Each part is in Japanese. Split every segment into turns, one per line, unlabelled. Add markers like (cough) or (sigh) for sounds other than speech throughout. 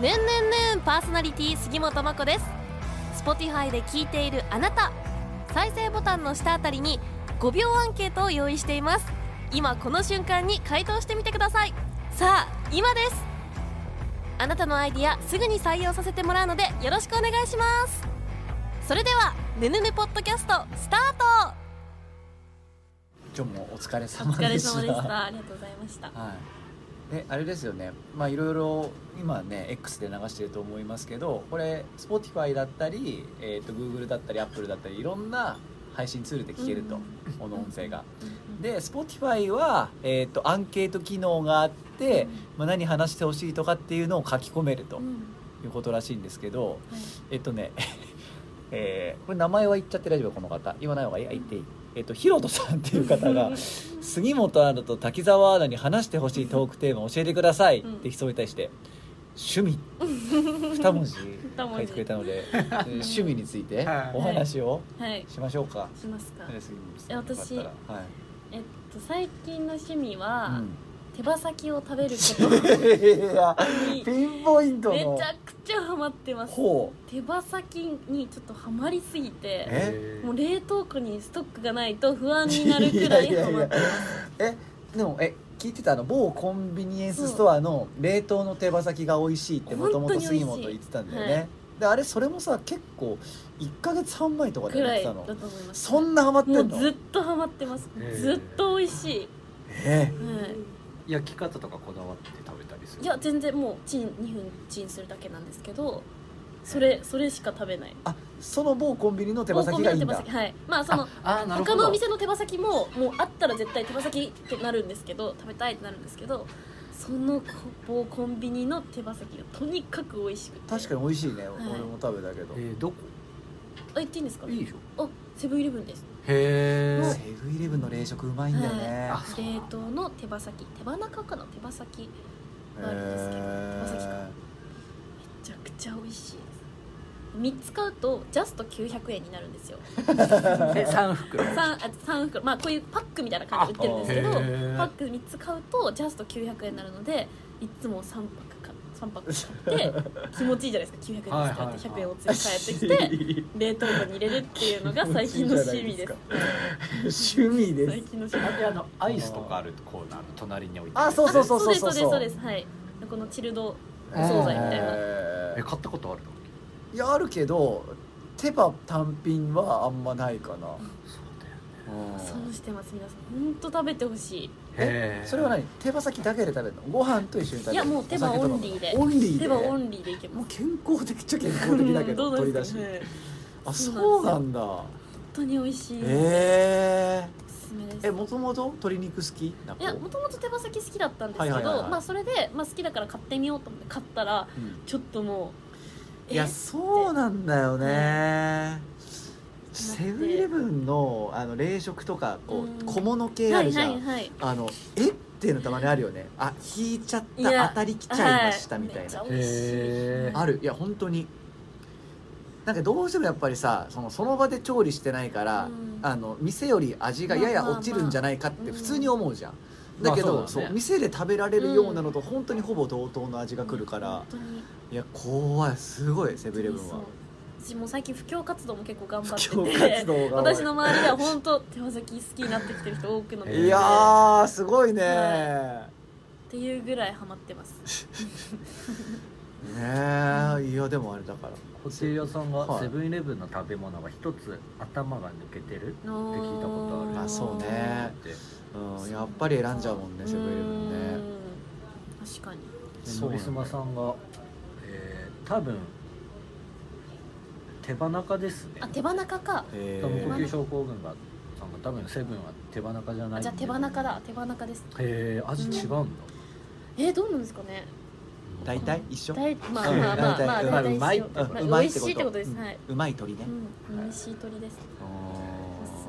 ねんねんねんパーソナリティ杉本真子です Spotify で聞いているあなた再生ボタンの下あたりに5秒アンケートを用意しています今この瞬間に回答してみてくださいさあ今ですあなたのアイディアすぐに採用させてもらうのでよろしくお願いしますそれでは「ねぬねポッドキャスト」スタート
今日もお疲れ
お
様
疲
で
れ
した
様でしたありがとうございました
はいであれですよねまあいろいろ今ね X で流してると思いますけどこれ Spotify だったり、えー、と Google だったり Apple だったりいろんな配信ツールで聞けると、
うん
この音声が
うん
で Spotify は、えー、とアンケート機能があって、まあ、何話してほしいとかっていうのを書き込めると
うん
いうことらしいんですけど、
はい
えっとね、 (laughs) えーこれ名前は言っちゃって大丈夫この方言わない方がいいあ言っていいえっとヒロトさんっていう
(laughs)
方が杉本アナと滝沢アナに話してほしいトークテーマを教えてくださいっ
うん
て質問に対して「趣味」二文字
二文字
書いてくれた
(laughs)
のでえー趣味について
はい
お話を
はい
しましょうか。
しますか、
ね杉本さ
え
ん
私
よかったらはい
えっと最近の趣味は、
うん (laughs)
手羽先を食べること
いや
に
(laughs) ピンポイント
め
の
ちゃくちゃハマってます
ほう
手羽先にちょっとハマりすぎて
え
もう冷凍庫にストックがないと不安になるくらい
(laughs) いやいや
ハ
いや
マってます
えでもえ聞いてたあの某コンビニエンスストアの冷凍の手羽先が美味しいってもともと杉本言ってたんだよね、
本当に美味
であれそれもさ結構1か月半前とかで
く
やっ
ら
て
いだ
た
と
の
思います
そんなハマって
も
ん
う
の
ずっとハマってます
へー
ずっと美味しい、
え
はい、
焼き方とかこだわって食べたりする
いや全然もうチン2分チンするだけなんですけどそれそれしか食べない
あその某コンビニの手羽先がいいん
もう
だ
この手羽先はいまあその
ああなるほ
他
ど
のお店の手羽先ももうあったら絶対手羽先ってなるんですけど食べたいってなるんですけどその某コンビニの手羽先がとにかく美味しくて
確かに美味しいね、俺も食べたけど
えー、どこ
あ言っていいんですか
いいでしょ
あセブンイレブンです
へ
セブンイレブンの冷食うまいんだよね、へ
あそう
冷凍の手羽先手羽中かな手羽先めあるんですけど手羽先かちゃくちゃ美味しいです3つ買うとジャスト900円になるんですよ (laughs)
え三袋
3, あ3袋まあこういうパックみたいな感じで売ってるんですけど
あ
パ
へー
ック3つ買うとジャスト900円になるのでいつも3パックか3パック買って気持ちいいじゃないですか900円です
はい
か
はいは
っ
い
て100円を追加帰
(laughs)
ってきて冷凍庫に入れるっていうのが最近の趣味
(laughs)
(laughs) です
す趣味で
最
す
近の趣
あ
味
であのアイスとかあるコーナーの隣に置いてる
あそうそうそうそうそう
ですそうですそうですはいこのチルドお惣菜みたいな
えー
え買ったことあるの
いやあるけど手羽単品はあんまないかな、
そうだよ
そうしてます皆さん本当食べてほしい
へえ
それは何手羽先だけで食べるのご飯と一緒に食べる
いやもう手羽オンリーで
オンリーで
手羽オンリーでいけま
もう
す
健康的っちゃ健康的だけど
うんう
鶏
な
だ
んです
し、
かね
あ
そ
そうう
な
なんんだ
本当に美味しいお
え
すすめです
ー、えもともと鶏肉好きない
やもともと手羽先好きだったんですけど、
はいはいはいはい
まあそれで、まあ、好きだから買ってみようと思って買ったら
うん
ちょっともう
いやそうなんだよねセブンイレブンのあの冷食とかこ
うん
う小物
え
系あるじゃん、
はいはいはい
あのえっていうのたまにあるよねあ引いちゃっ
いや
た当たりきちゃいましたみたいな、
はめっちゃ美味しい
へー
あるいや本当になんかどうしてもやっぱりさそのその場で調理してないから、
うん
あの店より味がやや落ちるんじゃないかっ
まあまあ
て
まあ
普通に思うじゃん、
うん
だけど、
まあそ
そうう
だね
店で食べられるようなのと本当にほぼ同等の味が来るから、
本当に
いや怖いすごいセブンイレブンは
そう私もう最近布教活動も結構頑張ってて
布教活動が
私の周りでは本当手羽先好きになってきてる人多くので
えー
いやーすごいね、
はっていうぐらいハマってます
ねえいやでもあれだから
ホテル屋さんが
はい
セブンイレブンの食べ物が一つ頭が抜けてる
あ
って聞いたことある
あそうね
って
うんやっぱり選んじゃうもんねセブンイレブンね
うん確かに
で
そうな
の
ん
り
だ
すまさんが、えー、多分手羽中ですね
あ手羽中か
え
多分呼
ー
吸症候群がさんが多分セブンは手羽中じゃな
あ
い
じゃあ手羽中だ手羽中です
へえ味違うんだ、
えー、どうなんですかね
大体一緒
大まあまあまあまあ
う
大体一緒
ん
うまいってこ
ま
と
あ
うまい
美
っ
味
てこと
しいってことですはい、
うまい鳥ね、
うん、美味しい鳥ですおすす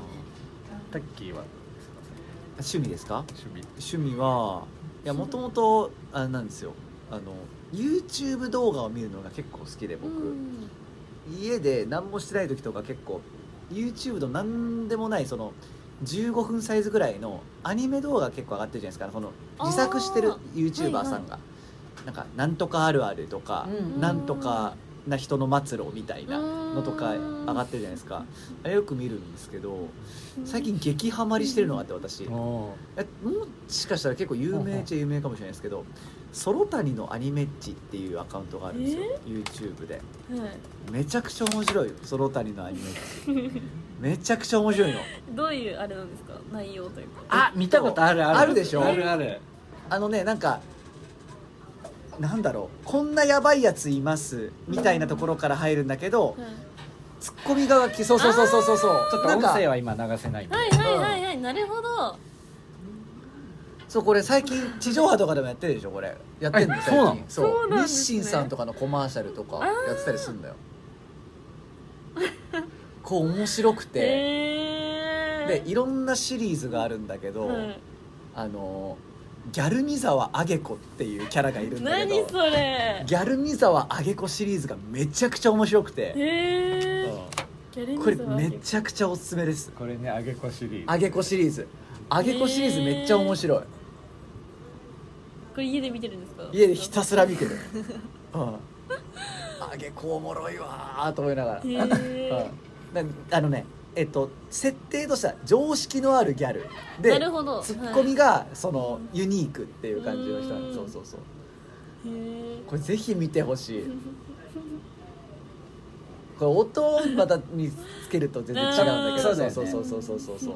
タッキーは
趣味ですか
趣味
趣味はいやもともとあれなんですよあの YouTube 動画を見るのが結構好きで
め
僕、
うん
家で何もしてない時とか結構 YouTube の何でもないその15分サイズぐらいのアニメ動画結構上がってるじゃないですかその自作してる
あー
YouTuber さんが、なんかなんとかあるあるとか、
うん
なんとかな人の末路みたいなのとか上がってるじゃないですかあれよく見るんですけど最近激ハマりしてるのがあって私えも
お
しかしたら結構有名っちゃ有名かもしれないですけど「ソロ谷のアニメッチ」っていうアカウントがあるんですよ YouTube でめちゃくちゃ面白いよソロ谷のアニメッチ (laughs) めちゃくちゃ面白いの
どういうあれなんですか内容というか
あ見たことあるある
あるでしょ
あるある
あのねなんかなんだろうこんなやばいやついますみたいなところから入るんだけど、ツッコミ側きそうそうそうそうそうそう
ちょっと
なん
音
か
声は今流せないんで
はいはいはいはいなるほど
そうこれ最近地上波とかでもやってるでしょこれやってんの
え
最近
そうなの
そう
そうなんで
日
すね
清さんとかのコマーシャルとか
あー
やってたりするんだよこう面白くて、
へ
でいろんなシリーズがあるんだけど、あのギャルミザワアゲコっていうキャラがいるんだけど
何それ
ギャルミザワアゲコシリーズがめちゃくちゃ面白くて、
へえ
これめちゃくちゃおすすめです
これねあげこシリーズ
アゲコシリーズアゲコシリーズめっちゃ面白い、
これ家で見てるんですか
家でひたすら見てるうんあげこおもろいわーと思いなが
へ
ら、
え
うんなあのねえっと設定としては常識のあるギャル (laughs) で
なるほど
ツッコミがそのユニークっていう感じの人なん
う
で
ん
そうそうそう
へえ
これぜひ見てほしいこれ音をまた見つけると全然違うんだけど
あーそうだよね
そうそうそうそうそうそう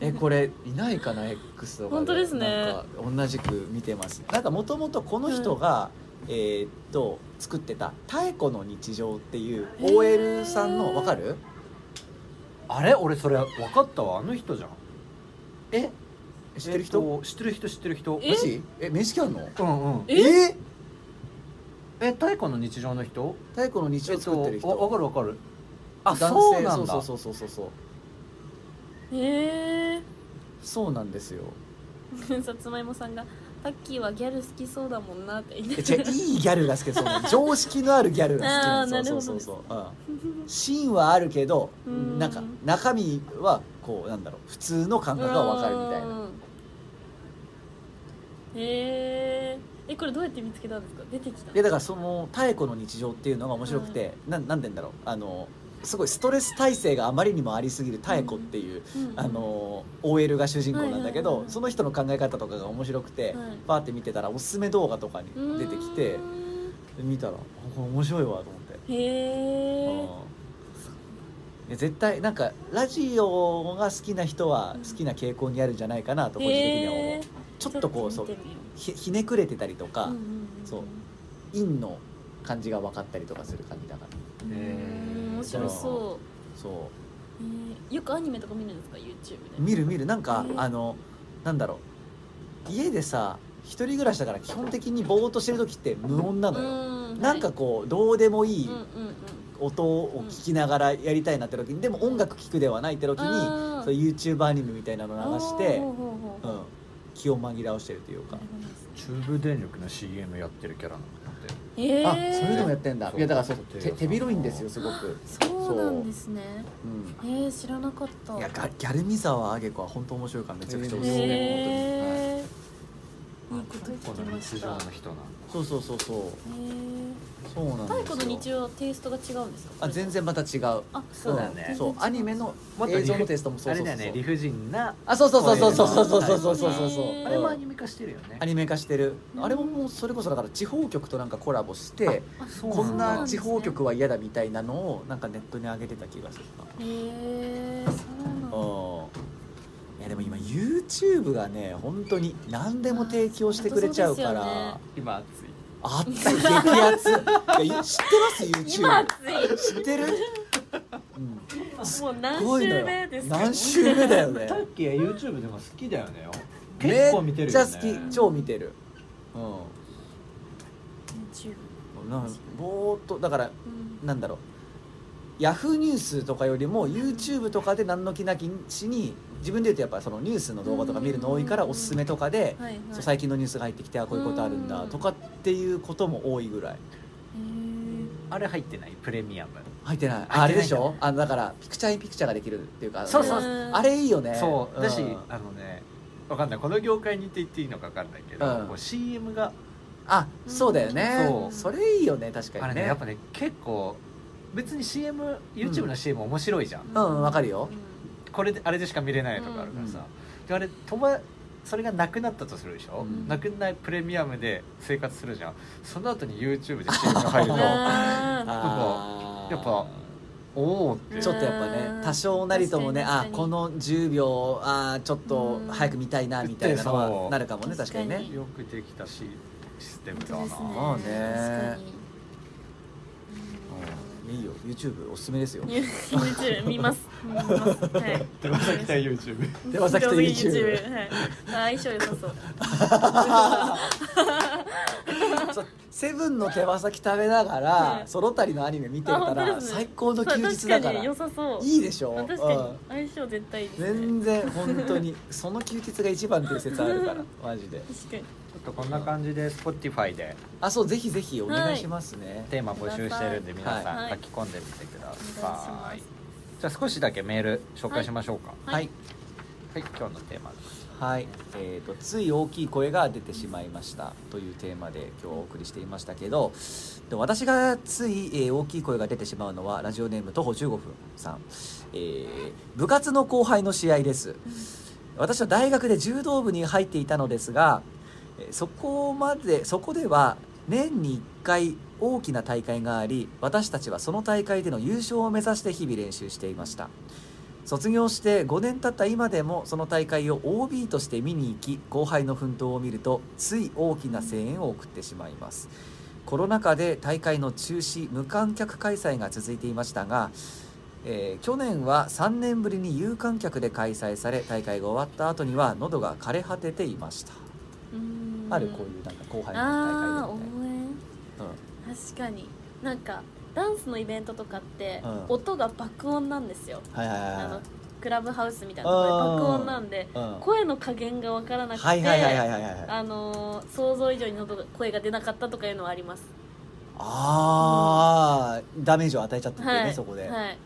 えこれいないかな X とか
本当ですね
なんか同じく見てますなんかもともとこの人が、えーっと作ってた「妙子の日常」っていう
へー
OL さんのわかる
あれ俺それ分かったわあの人じゃん
え知ってる人、
えっと知ってる人知ってる人
え
マジえ面識あるの
うんうん
え
え
え太古の日常の人
太鼓の日常作ってる人、
わわかるわかるあ
男性
そうなんだ
そうそうそうそうそう
へえ
そうなんですよ
(laughs) さつまいもさんがタッキーはギャル好きそうだもんなって言っ
え
て
違ういいギャルが好きその常識のあるギャルが好きな
あー
のそう
なるほど
そうそうそう、うん、芯はあるけど
うん
なんか中身はこうなんだろう普通の感覚がわかるみたいな
へええこれどうやって見つけたんですか出てきた
でだからその妙子の日常っていうのが面白くて、なん、なんでんだろうあのすごいストレス耐性があまりにもありすぎる妙子っていう、
うん
あの OL が主人公なんだけど、
はいはいはい
その人の考え方とかが面白く
は
て、
い
バーって見てたらおすすめ動画とかに出てきて
うん
見たらあこれ面白いわと思って。
へえ
いや絶対なんかラジオが好きな人は好きな傾向にあるんじゃないかなと個人的には思う、
へー
ちょっとこうそう
ちょっと見てみよ
ひひねくれてたりとか、
ううんうんうん
そう陰の感じが分かったりとかする感じだから
うん面白そう
そ
えーよくアニメとか見るんですか YouTube で
う見る見るなんか、
うん
あのなんだろう家でさ一人暮らしだから基本的にぼーっとしてる時って無音なのよ、
うん
なんかこうどうでもい
い
い
うんうんうん
音を聞きながらやりたいなって時にでも音楽聴くではないって時に、
あー
そう YouTube アニメみたいなの流して、
ほうほうほう
うん、気を紛らわしてるというか、
中部電力の CM やってるキャラなんだって
えー、
あそういうのもやってんだ
そう
いやだからそう
そう
手手広いんですよすごく、
そうなんですね
うん、
えー、知らなかった
いやガギャルミザワアゲコは本当面白いからめちゃくちゃおすすめ、
へーいいこと聞きま
日
した
常
へ
の人なんだ
そうそうそうそう
ー
そうなんですよ
太古の日常はテイストが違うんですか
あ全然また違う
あ
そうだよね
んそうアニメの
もっと
映像のテストもそうそうそう
あれだよね理不尽な
あそうそうそうそうそうそうそうそうそうそ
へ
う
ー
うん
あれもアニメ化してるよね
アニメ化してる
うん
あれももうそれこそだから地方局となんかコラボして
あ
そう
こん
そうなん
な
です
地方局は嫌だみたいなのをなんかネットに上げてた気がするな
へえー、そうなんだ
うんいやでも今 YouTube がね本当に何でも提供してくれちゃうか
あ
ら
今熱い
あった激アツいや知ってます
今
YouTube
暑い
知ってる、うん、
もう
すご
何
いの
週
よ
目ですか
何週目だよね
タッキーは YouTube でも好きだよね結構見てるよね
めっちゃ好き超見てるう
YouTube
んなんぼーっとだから
うん
なんだろうヤフーニュースとかよりも YouTube とかで何の気なきしに自分で言うとやっぱそのニュースの動画とか見るの多いから
うん
おすすめとかで、
はいはい
そう最近のニュースが入ってきてあこういうことあるんだとかっていうことも多いぐら
へ
い
ー
あれ入ってないプレミアム
入ってない
てない
あれでしょあのだからピクチャーインピクチャーができるっていうか
そうそう
あのあれいいよね
そうだし、
ん
あのねわかんないこの業界にって言っていいのかわかんないけど、
うん
こう CM が
あそうだよね、
そう
それいいよね確
あ
か
れ
に
ね
ね
やっぱね結構別に CM
う
YouTube
ん
の CM 面白いじゃん、
うんわかるよ
これであれでしか見れないとかあるからさ、であれ飛ばそれがなくなったとするでしょ、
うん
なくないプレミアムで生活するじゃんその後に YouTube で CM が入る
う
と
んあ
あー
やっぱおおって
ちょっとやっぱね多少なりともね
確か
あ
に
この10秒あーちょっと早く見たいなみたいなの
う
は
ん
なるかもね
確
確か
か
に
に
ね
よくできたしシステム
本当です
だな、
ね
まあね
確かに
いいよ YouTube おすすめですよ
ニュース YouTube 見ます見ますはい
手羽先対 YouTube
手羽先と YouTube
はいあ相性良さそう
(laughs) そうセブンの手羽先食べながら
ね
ソロタリのアニメ見てた
あ本当
ら
ですね
最高の
まあ
休日だ
確か
か
らに良
い
さそう
いでしょ
まあ確か
うん
に相性絶対いいですね
全然本当にその休日が一番という説あるからマジで
確かに
ちょっとこんな感じで Spotify で
あそうぜひぜひお願いしますね、
テーマ募集してるんで
くださ
皆
い
さ
は
ん
い
書き込んでみてくだ
お願
さ
いしま
い、
す
じゃあ少しだけメール紹介しましょうかは
はい
い、今日のテーマです
はい、えー、とつい大きい声が出てしまいましたというテーマで今日お送りしていましたけどで私がつい、えー大きい声が出てしまうのはラジオネーム徒歩15分さん、えー部活の後輩の試合です私は大学で柔道部に入っていたのですがえーそこまでそこでは年に1回大きな大会があり私たちはその大会での優勝を目指して日々練習していました卒業して5年経った今でもその大会を OB として見に行き後輩の奮闘を見るとつい大きな声援を送ってしまいますコロナ禍で大会の中止無観客開催が続いていましたが、えー去年は3年ぶりに有観客で開催され大会が終わった後には喉が枯れ果てていました
うん
あるこういうなんか後輩
あー
の大
応
会でみ
援
たいな、
確かになんかダンスのイベントとかって、
うん
音が爆音なんですよ
うん、はいはい
あ
は
のクラブハウスみたいなところで爆音なんで
いはい、うん
声の加減が分からなくて、
はいはいはいはいはいはい
あのー想像以上に喉が声が出なかったとかいうのはあります
あーダメージを与えちゃってるよね、
はい
そこで、
はい、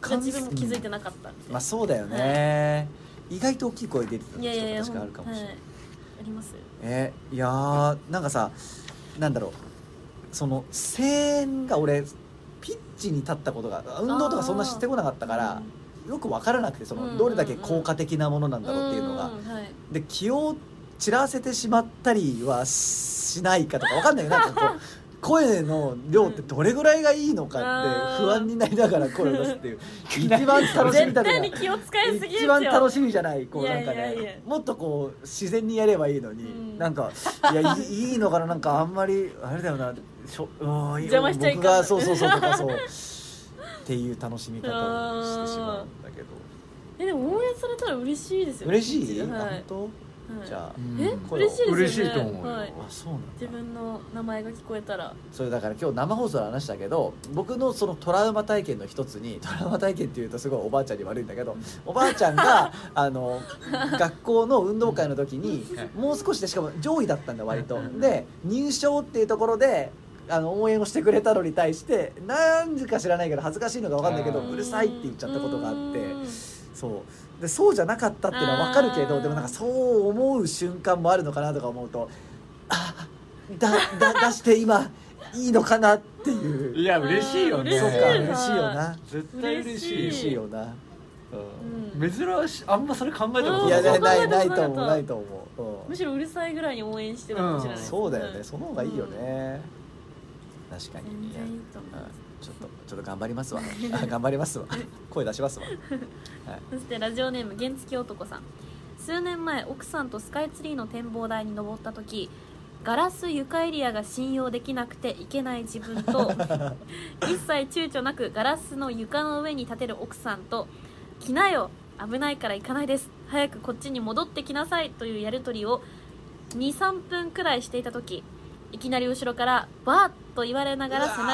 完全
自分も気づいてなかった、
まあそうだよね、意外と大きい声出てた
いやいやいや
人と確かあるかもしれない
はい、あります
えいやーなんかさなんだろうその声援が俺ピッチに立ったことが運動とかそんな知ってこなかったからよく分からなくてそ
うんうんう
の
ん
どれだけ効果的なものなんだろうっていうのが、
んはい、
で気を散らせてしまったりはしないかとかわかんないけどなんか
(laughs)
こう声の量ってどれぐらいがいいのかって
うん
不安になりながら声を出すっていう一番楽しみ
(laughs) 絶
だ
対
ね
に気を使いすぎですよ
一番楽しみじゃないこうなんか
いやいやいや
ねもっとこう自然にやればいいのに、
うん
なんかいやいいいいのかななんかあんまりあれだよなしょうーん
邪魔しちゃいかん
僕がそうそうそうと
(laughs)
かそうっていう楽しみ方をしてしまうん
(laughs)
だけど
えでも応援されたら嬉しいですよね
嬉しい、
はい、
あ
はい
本、当、じゃあ、
え
これ
嬉しいですよね
嬉しいと思うよ
はい
あそうなんだ
自分の名前が聞こえたら
それだから今日生放送の話だけど僕のそのトラウマ体験の一つに (laughs) トラウマ体験っていうとすごいおばあちゃんに悪いんだけどおばあちゃん (laughs) があの学校の運動会の時にもう少しでしかも上位だったんだ割とで入賞っていうところであの応援をしてくれたのに対して何時か知らないけど恥ずかしいのか分かんないけど
あー
うるさいって言っちゃったことがあって
うん
そうでそうじゃなかったっていうのは分かるけ
あ
ど
ー
でもなんかそう思う瞬間もあるのかなとか思うとあだだ出して今いいのかなっていう
いや嬉しいよね
嬉
そう
し
か
いな
嬉しいよな
絶対嬉しい
嬉
嬉
しいよな、うん
うん
珍しいあんまそれ考えたこと
うん
いや
な
ないいないないと
そ
思
う
う
な
なんいと思う、
むしろうるさいぐらいに応援してるかもしれ
う、
なんい、
そうだよ
ん
ねその方がいいよね、確かに
全然いいと思
うん
う
ちょっとちょっと頑張りますわあ頑張
(laughs)
りますわ声出しますわ
そしてラジオネーム原付男さん数年前奥さんとスカイツリーの展望台に登った時ガラス床エリアが信用できなくていけない自分と一切躊躇なくガラスの床の上に立てる奥さんと「来なよ危ないから行かないです早くこっちに戻ってきなさい」というやり取りを23分くらいしていた時いきなり後ろから「バーッ!」と言われながら背中を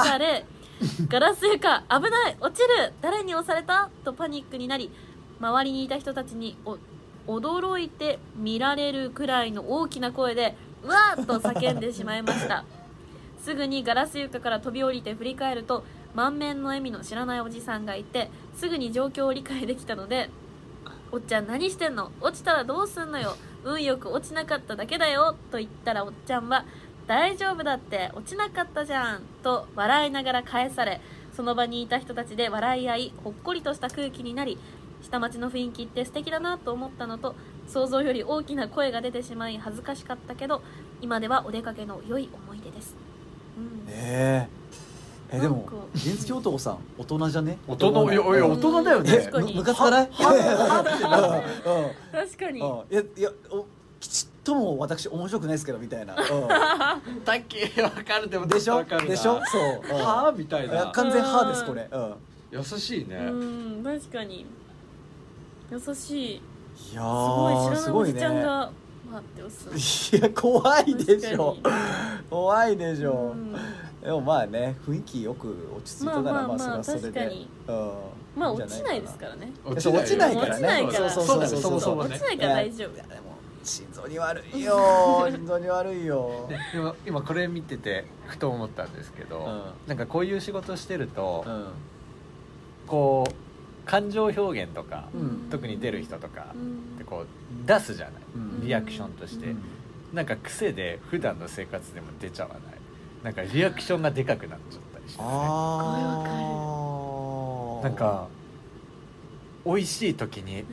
押され (laughs) ガラス床危ない落ちる誰に押されたとパニックになり周りにいた人たちにお驚いて見られるくらいの大きな声で「うわー!」と叫んでしまいましたすぐにガラス床から飛び降りて振り返ると満面の笑みの知らないおじさんがいてすぐに状況を理解できたので「おっちゃん何してんの落ちたらどうすんのよう運よく落ちなかっただけだよと言ったらおっちゃんは大丈夫だって落ちなかったじゃんと笑いながら返されその場にいた人たちで笑い合いほっこりとした空気になり下町の雰囲気って素敵だなと思ったのと想像より大きな声が出てしまい恥ずかしかったけど今ではお出かけの良い思い出です、うん、
えええで
なん
も
か
原付男さん大人じゃね
大人いやいや大人だよね
え
確かに
むむかつかない
(laughs)
うんうん
確かに
うんいやいやおきちっとも私面白くないですけどみたいな、
だっけわかるで
う
(laughs)
も
ん、でしょ
わかるな
でしょそう、うん
はあみたい
いや
な
完全歯ですこれ、うん、
優しいね
うん確かに優しい
いや
すごい
ー
知ら
す
ない
ご
お
い
じ
ね
ちゃんが待っておす
いや怖いでしょ
確か
怖いでし
にう
ょ、
ん
でもまあね雰囲気よく落ち着いてたら
まあま
ま
あ
あそ
まあ
れはそれ
確か
で
に
うん
まあ
んじゃ
落ちない
か
ですからね
落ちない落ちないか
落
らね
ちないから
そうそうそう
そ
そう
もそ
そ
も
う
ね
落ちないから大丈夫
いやでも心臓に悪いよ心臓に悪いよ、
ねでも今これ見ててふと思ったんですけど、
うん
なんかこういう仕事してると、
うん
こう感情表現とか、
うん
特に出る人とか
う
って
ん
こう出すじゃない、
うん
リアクションとして、
うん
なんか癖で普段の生活でも出ちゃわないなんかリアクションがでかくなっちゃったりして、ね、
あ
これ
あ
なんか美味しい時に
う
「う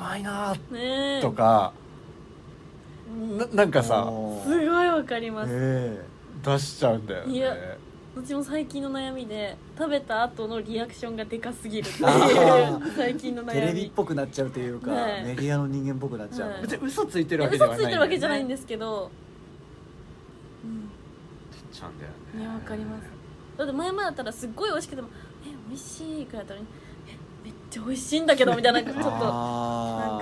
まいな」
んねえ
とか、ななんかさ
すごいわかります
え
出しちゃうんだよね
いやうちも最近の悩みで食べた後のリアクションがでかすぎるってい
あ
う
ー
最近の
えテレ
悩
ビっ
み
ぽくなっちゃうというか、
ね
メディアの人間っぽくなっちゃう、
はい
別に嘘ついてるわけで
嘘
はな
つ
い
いてるわけじゃない
ん
ん
だよね
ですけど、うん、
出ちゃうんだよ
い
ね
やわかりますだって前々だったらすっごい美味しくても「え美味しい」くらいだったのに「えめっちゃ美味しいんだけど」みたいなちょっと
あ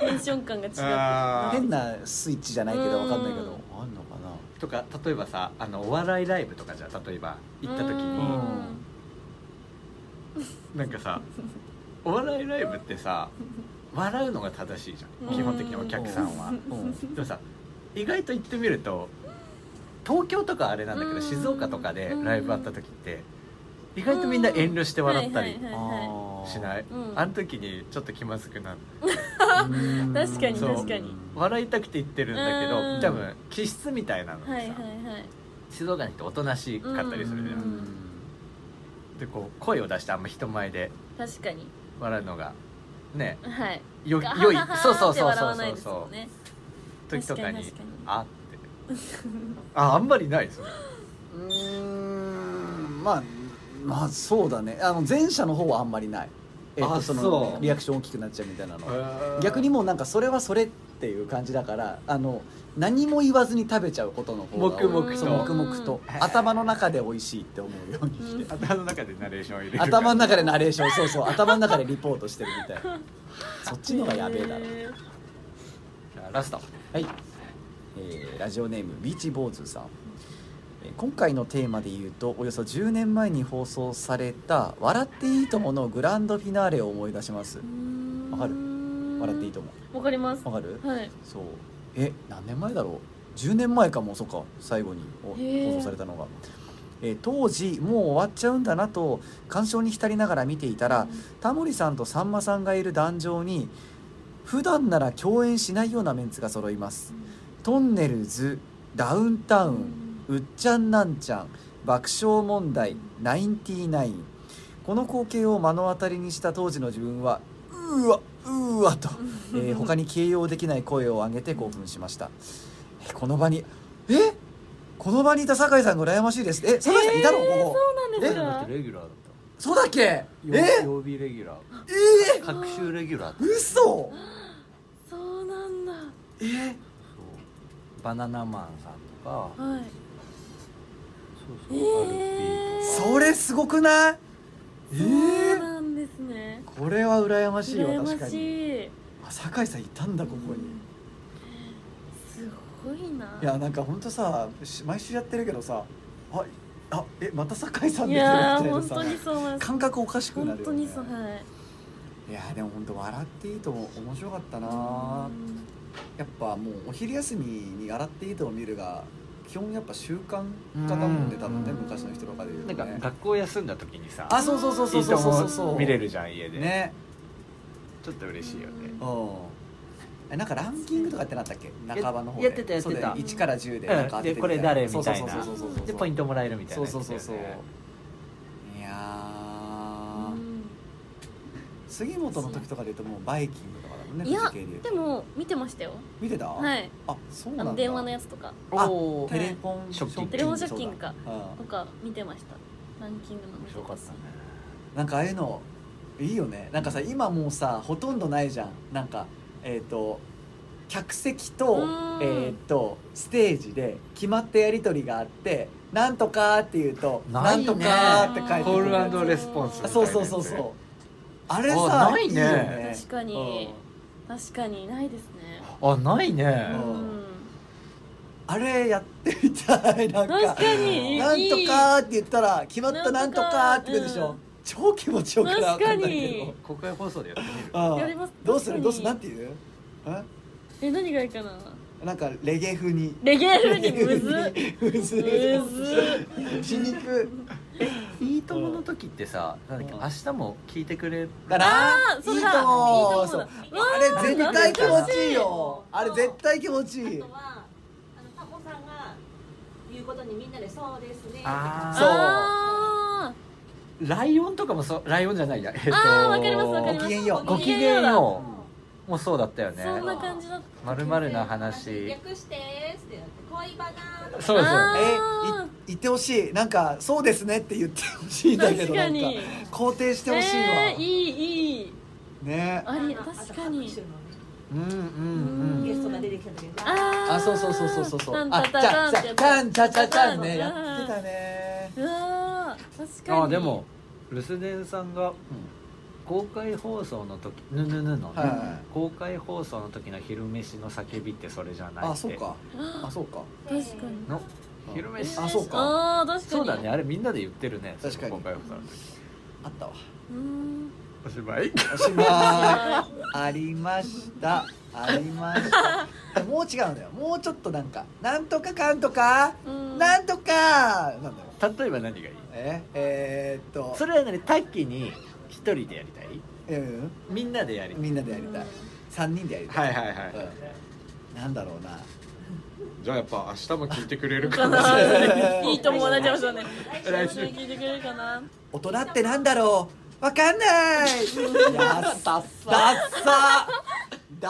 な
ー
テンション感が違って
あー
変なスイッチじゃないけど
うん
わかんないけどあんのかな
とか例えばさあのお笑いライブとかじゃ例えば行った時
う
に
ん
なんかさお笑いライブってさ笑うのが正しいじゃ
うん
ん基本的にお客さんは
うん
でもさ意外と行ってみると東京とかあれなんだけ
う
ど
ん
静岡とかでライブあった時って意外とみんな遠慮して笑ったり
はいはいはいは
あー
しない
うん
あの時にちょっと気まずくなる
うん
確かに
確
かに
笑いたくて言ってるんだけ
うん
ど多分気質みたいなの
いは
で
い
さ
はいはい
静岡の人おとなしかったりするじゃ
うん
でこう声を出してあんま人前で
確かに
笑うのがね
はい
よ
ガハ
よい
ハハ
そうそう
って
そう
笑
そ
わ
う
ないで
そう
すもんね
時とか
確か
に
に確か
あって (laughs) ああんまりないですね
うんうんまあまあそうだねあの前者の方はあんまりないえっと
あ
そ
そ
の
う
リアクション大きくなっちゃうみたいなのは逆にもうなんかそれはそれっていう感じだからあの何も言わずに食べちゃうことの方が多い
黙々と
そう黙々と
うん
頭の中で美味しいって思うようにして、
頭の中でナレーションを入れ
(laughs)
る
頭の中でナレーションそうそう頭の中でリポートしてるみたいなそっちのがやべえだ
へ
ろ、
ー
じゃあラスト
はい、えーラジオネームビーチ坊主さんえー今回のテーマで言うとおよそ10年前に放送された「笑っていいとも!」のグランドフィナーレを思い出します
うーん
わかる笑っていいとも
わかります
わかる
はい
そうえ何年前だろう10年前かもそっか最後にお
へえ
放送されたのが、えー当時もう終わっちゃうんだなと感傷に浸りながら見ていたら、タモリさんとさんまさんがいる壇上に普段なら共演しないようなメンツが揃います、トンネルズダウンタウン、うっちゃんなんちゃん爆笑問題ナインティナインこの光景を目の当たりにした当時の自分はうーわうーわと、
(laughs)
えー他に形容できない声を上げて興奮しましたえーこの場にえこの場にいた酒井さんが羨ましいですえ酒井さんいたの、ここ
そうなんですか
レギュラーだっ
そうだっけえ
え曜日レギュラー
えー、
各週レギュラーって
嘘
そうなんだ
えー
そうバナナマンさんとか
はい
そうそう、
えー
それすごくないえ
そう
ー、
なんですね
これは羨ましいよ
羨
確
ま
かに
しい
あ酒井さんいたんだここに、
すごいない
やなんかほんとさし毎週やってるけどさああえまた酒井さん
い
できた
やー
みたいな
本
さ
当にそうなんです
感覚おかしくな
本
る
当
よ、ね、
にそうはい
いやでもほんと笑っていいとも面白かったな
うん
やっぱもうお昼休みに笑っていいとも見るが基本やっぱ習慣化だもんね
うん
多分ね
うん
昔の人とかで言う
な
と
んか
ね
学校休んだ時にさ
あそうそうそうそうそうそうそう
見れるじゃん家で、
ね
ちょっと嬉しいよね
うんえなんかランキングとかってなったっけ半ばの方で
やってたやってた
そうだよね1から10で
うん
なんか当てて
でこれ誰
そうそうそう
みたいな
そうそうそう
でポイントもらえるみたい
そ
な
う
やつだ
そ
よ
う
ね、
そうそういやー杉本の時とかで言うともうバイキングとかだもんね
いや
富士系で言うと
でも見てましたよ
見てた
はい
あそう
あ
なんだ
の電話のやつとか
あ
おー
テレフォン
ショッキング
テレフォンショッキングか
そうだうん
とか見てましたランキングの面白かった
なんかああいうのいいよねなんかさ今もうさほとんどないじゃんなんかえっ、と客席
う
と
ん
えっ、とステージで決まったやり取りがあって「なんとか」って言うと「
な
ない
ね
んとか」って書いて
コ
く
ー
る
ルア
や
ン
つ
ドレスポンスみたいなや
あ
つ
そうそうそうそうあれ
あ
さ
ないね
よ
確かに確かにないですね
あないね
う
うんん
あれやってみたいなんか
確かに
なん
いい
とか」って言ったら「決まったな
なんん
と
と
か」
か
って言うでしょ、
うん
超気持ちよくないわかんないけど
国会放送でやってみる
うん
やります
どうする
確かに
どうするなんて言うえ
え何がいいかな
なんかレゲエ風に。
レギュラルにむずっ
むず
むず
しにく。
いいともの時ってさなんだっけ
うん
明日も聞いてくれ
だな。
あそ
い
れ
い
だ
とも。
いいと
そ
も
う
だ
あれ絶対気持ちいいよ。あれ絶対気持ちいい。
はあのタコさんが言うことにみんなでそうですね
あー
そう
あ
ライオンとかもそうライオンじゃないやえっと
あーわかりますわかりま
ご
す
きげんよう。
ごきげんようもうそうだったよ
ー
ね
そんな感じだっ
まるまるな話
略してーってやって恋バナーとか
そうですよね
え
あ、
い、言ってほしい。なんかそうですねって言ってほしいん
た
だけど
確
な
か
んか
に
肯定してほしいわ。
えーいいいい
ね。
あり確かに
うんうんうん
ゲストが出てきた時に
あ
あ、そうそうそうそうそうそう。
タンタ
あ、じ
タ
ゃ
タ
あ
ン
じ
っ
ゃ
て
あ
やつ
じゃんじゃじゃじゃん
う
ね
ん
やってたね。
うわー確かに
あでも留守電さんが公開放送の時ぬぬぬのね、
は
公開放送の時の昼飯の叫びってそれじゃないって
あ、そうか。あ、そうか。
確かに
の昼飯
あ、そうか。
あー確かに
そうだねあれみんなで言ってるね
確かに
公開放送の時
あったわ。
うー
(laughs)
ん
おしまい
おしまいありましたありましたもう違うんだよもうちょっとなんかなんとかかんとか、
うん
なんとかなんだよ
(laughs) 例えば何がいい
ええー、っと
それは何タッキーに一人でやりたい
うん
みんなでやりたい
みんなでやりたい三人でやりた、
はいいはいはい、
なんだろうな
じゃあやっぱ明日も聞いてくれる
か
かな
ないいとも同じましたね
来週
聞いてくれるかな
大人ってなんだろうわかんないダッサダッサダ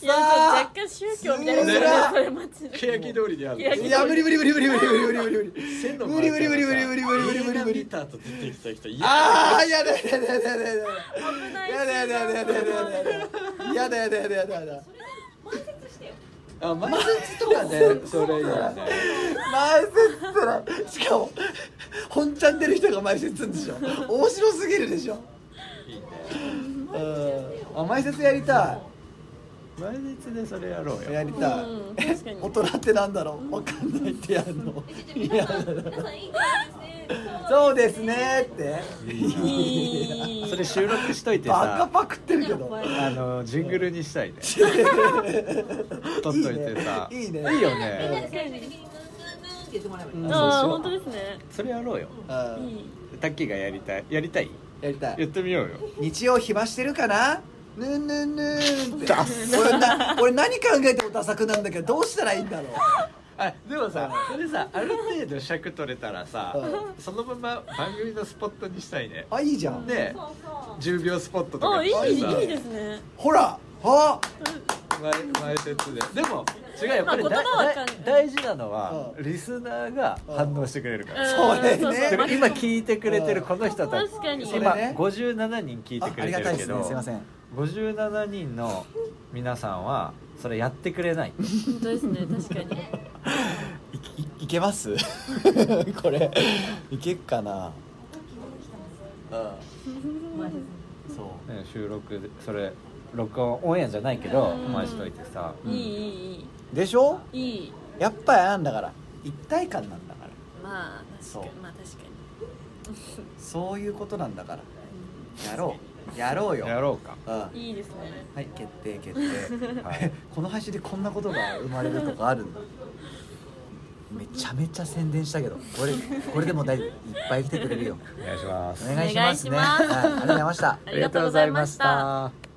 いやちょっと若
ッ
干宗教みたいな感じだねそれマジで
欅通りでやる
サいや無理無理無理無理無理無理無理無理
線
無理無理無理無理無理無理無理無理無理
映画見た後出てきた人いや
ああやだやだやだやだやだ
危ない
やだやだやだやだやだやだやだやだやだやだ
あ前説とかねそれいいよね
前説ってなしかも本ちゃん出る人が前説するんでしょ面白すぎるでしょ
いいね
うんあ前説やりた
前説でそれやろう
い
よ
やりたい
うん確かに
大人ってなんだろうわかんないってやるのいや
皆さんいい感じですね
そうですねって
いい
それ収録しといて
バカ
さ
パクってるけど
あのジングルにしたいね撮っといてさ
いいね
いいよ
みんなで
ね
最終的にヌンヌンヌンって言ってもらえばいい
うん
ああ
そうしよう
本当ですね
それやろうよ
う
い
ん
い
タッキーがやりたいやりたい
やりた
やっ
い
てみようよ
日曜暇してるかなぬんぬんぬんって俺な俺何考えてもダサくなんだけどどうしたらいいんだろう
あでもさそれさある程度尺取れたらさ
う
そのまま番組のスポットにしたいね
あいいじゃん
で
そうそう
10秒スポットと
あ
か
い
にして
い
さ
いいですね
ほらあ
前前説ででも違うよこれ、
まあ言葉は
だ
関
だ
係
大事なのは
う
リスナーが反応してくれるから、
それね
うん
そ
でも今聞いてくれてるこの人たち
確かに
それ
今
ね
57人聞いて
あ
く
あ
れ
り
て
が
る
たいです
け
ね
ど
すいません
57人の皆さんはそれやってく
(laughs)
れない
本当ですね確かに
いいいけます (laughs) これいけっかなうんそう
ね収録でそれ録音オンエアじゃないけど
うん
回しといてさ
いいい
でしょ
いいいい
やっぱりなんだから一体感なんだから
まあ
そう
確かにまあ確かに
そういうことなんだからやろうやろうよ
やろうか
うんはい
いいですね
い決定決定
はい
(laughs) この配信でこんなことが生まれるとかあるんだめちゃめちゃ宣伝したけどこれこれでも大丈夫いっぱい来てくれるよ
お願いします
お願いしますね
お願いします
はいありがとうございました
ありがとうございました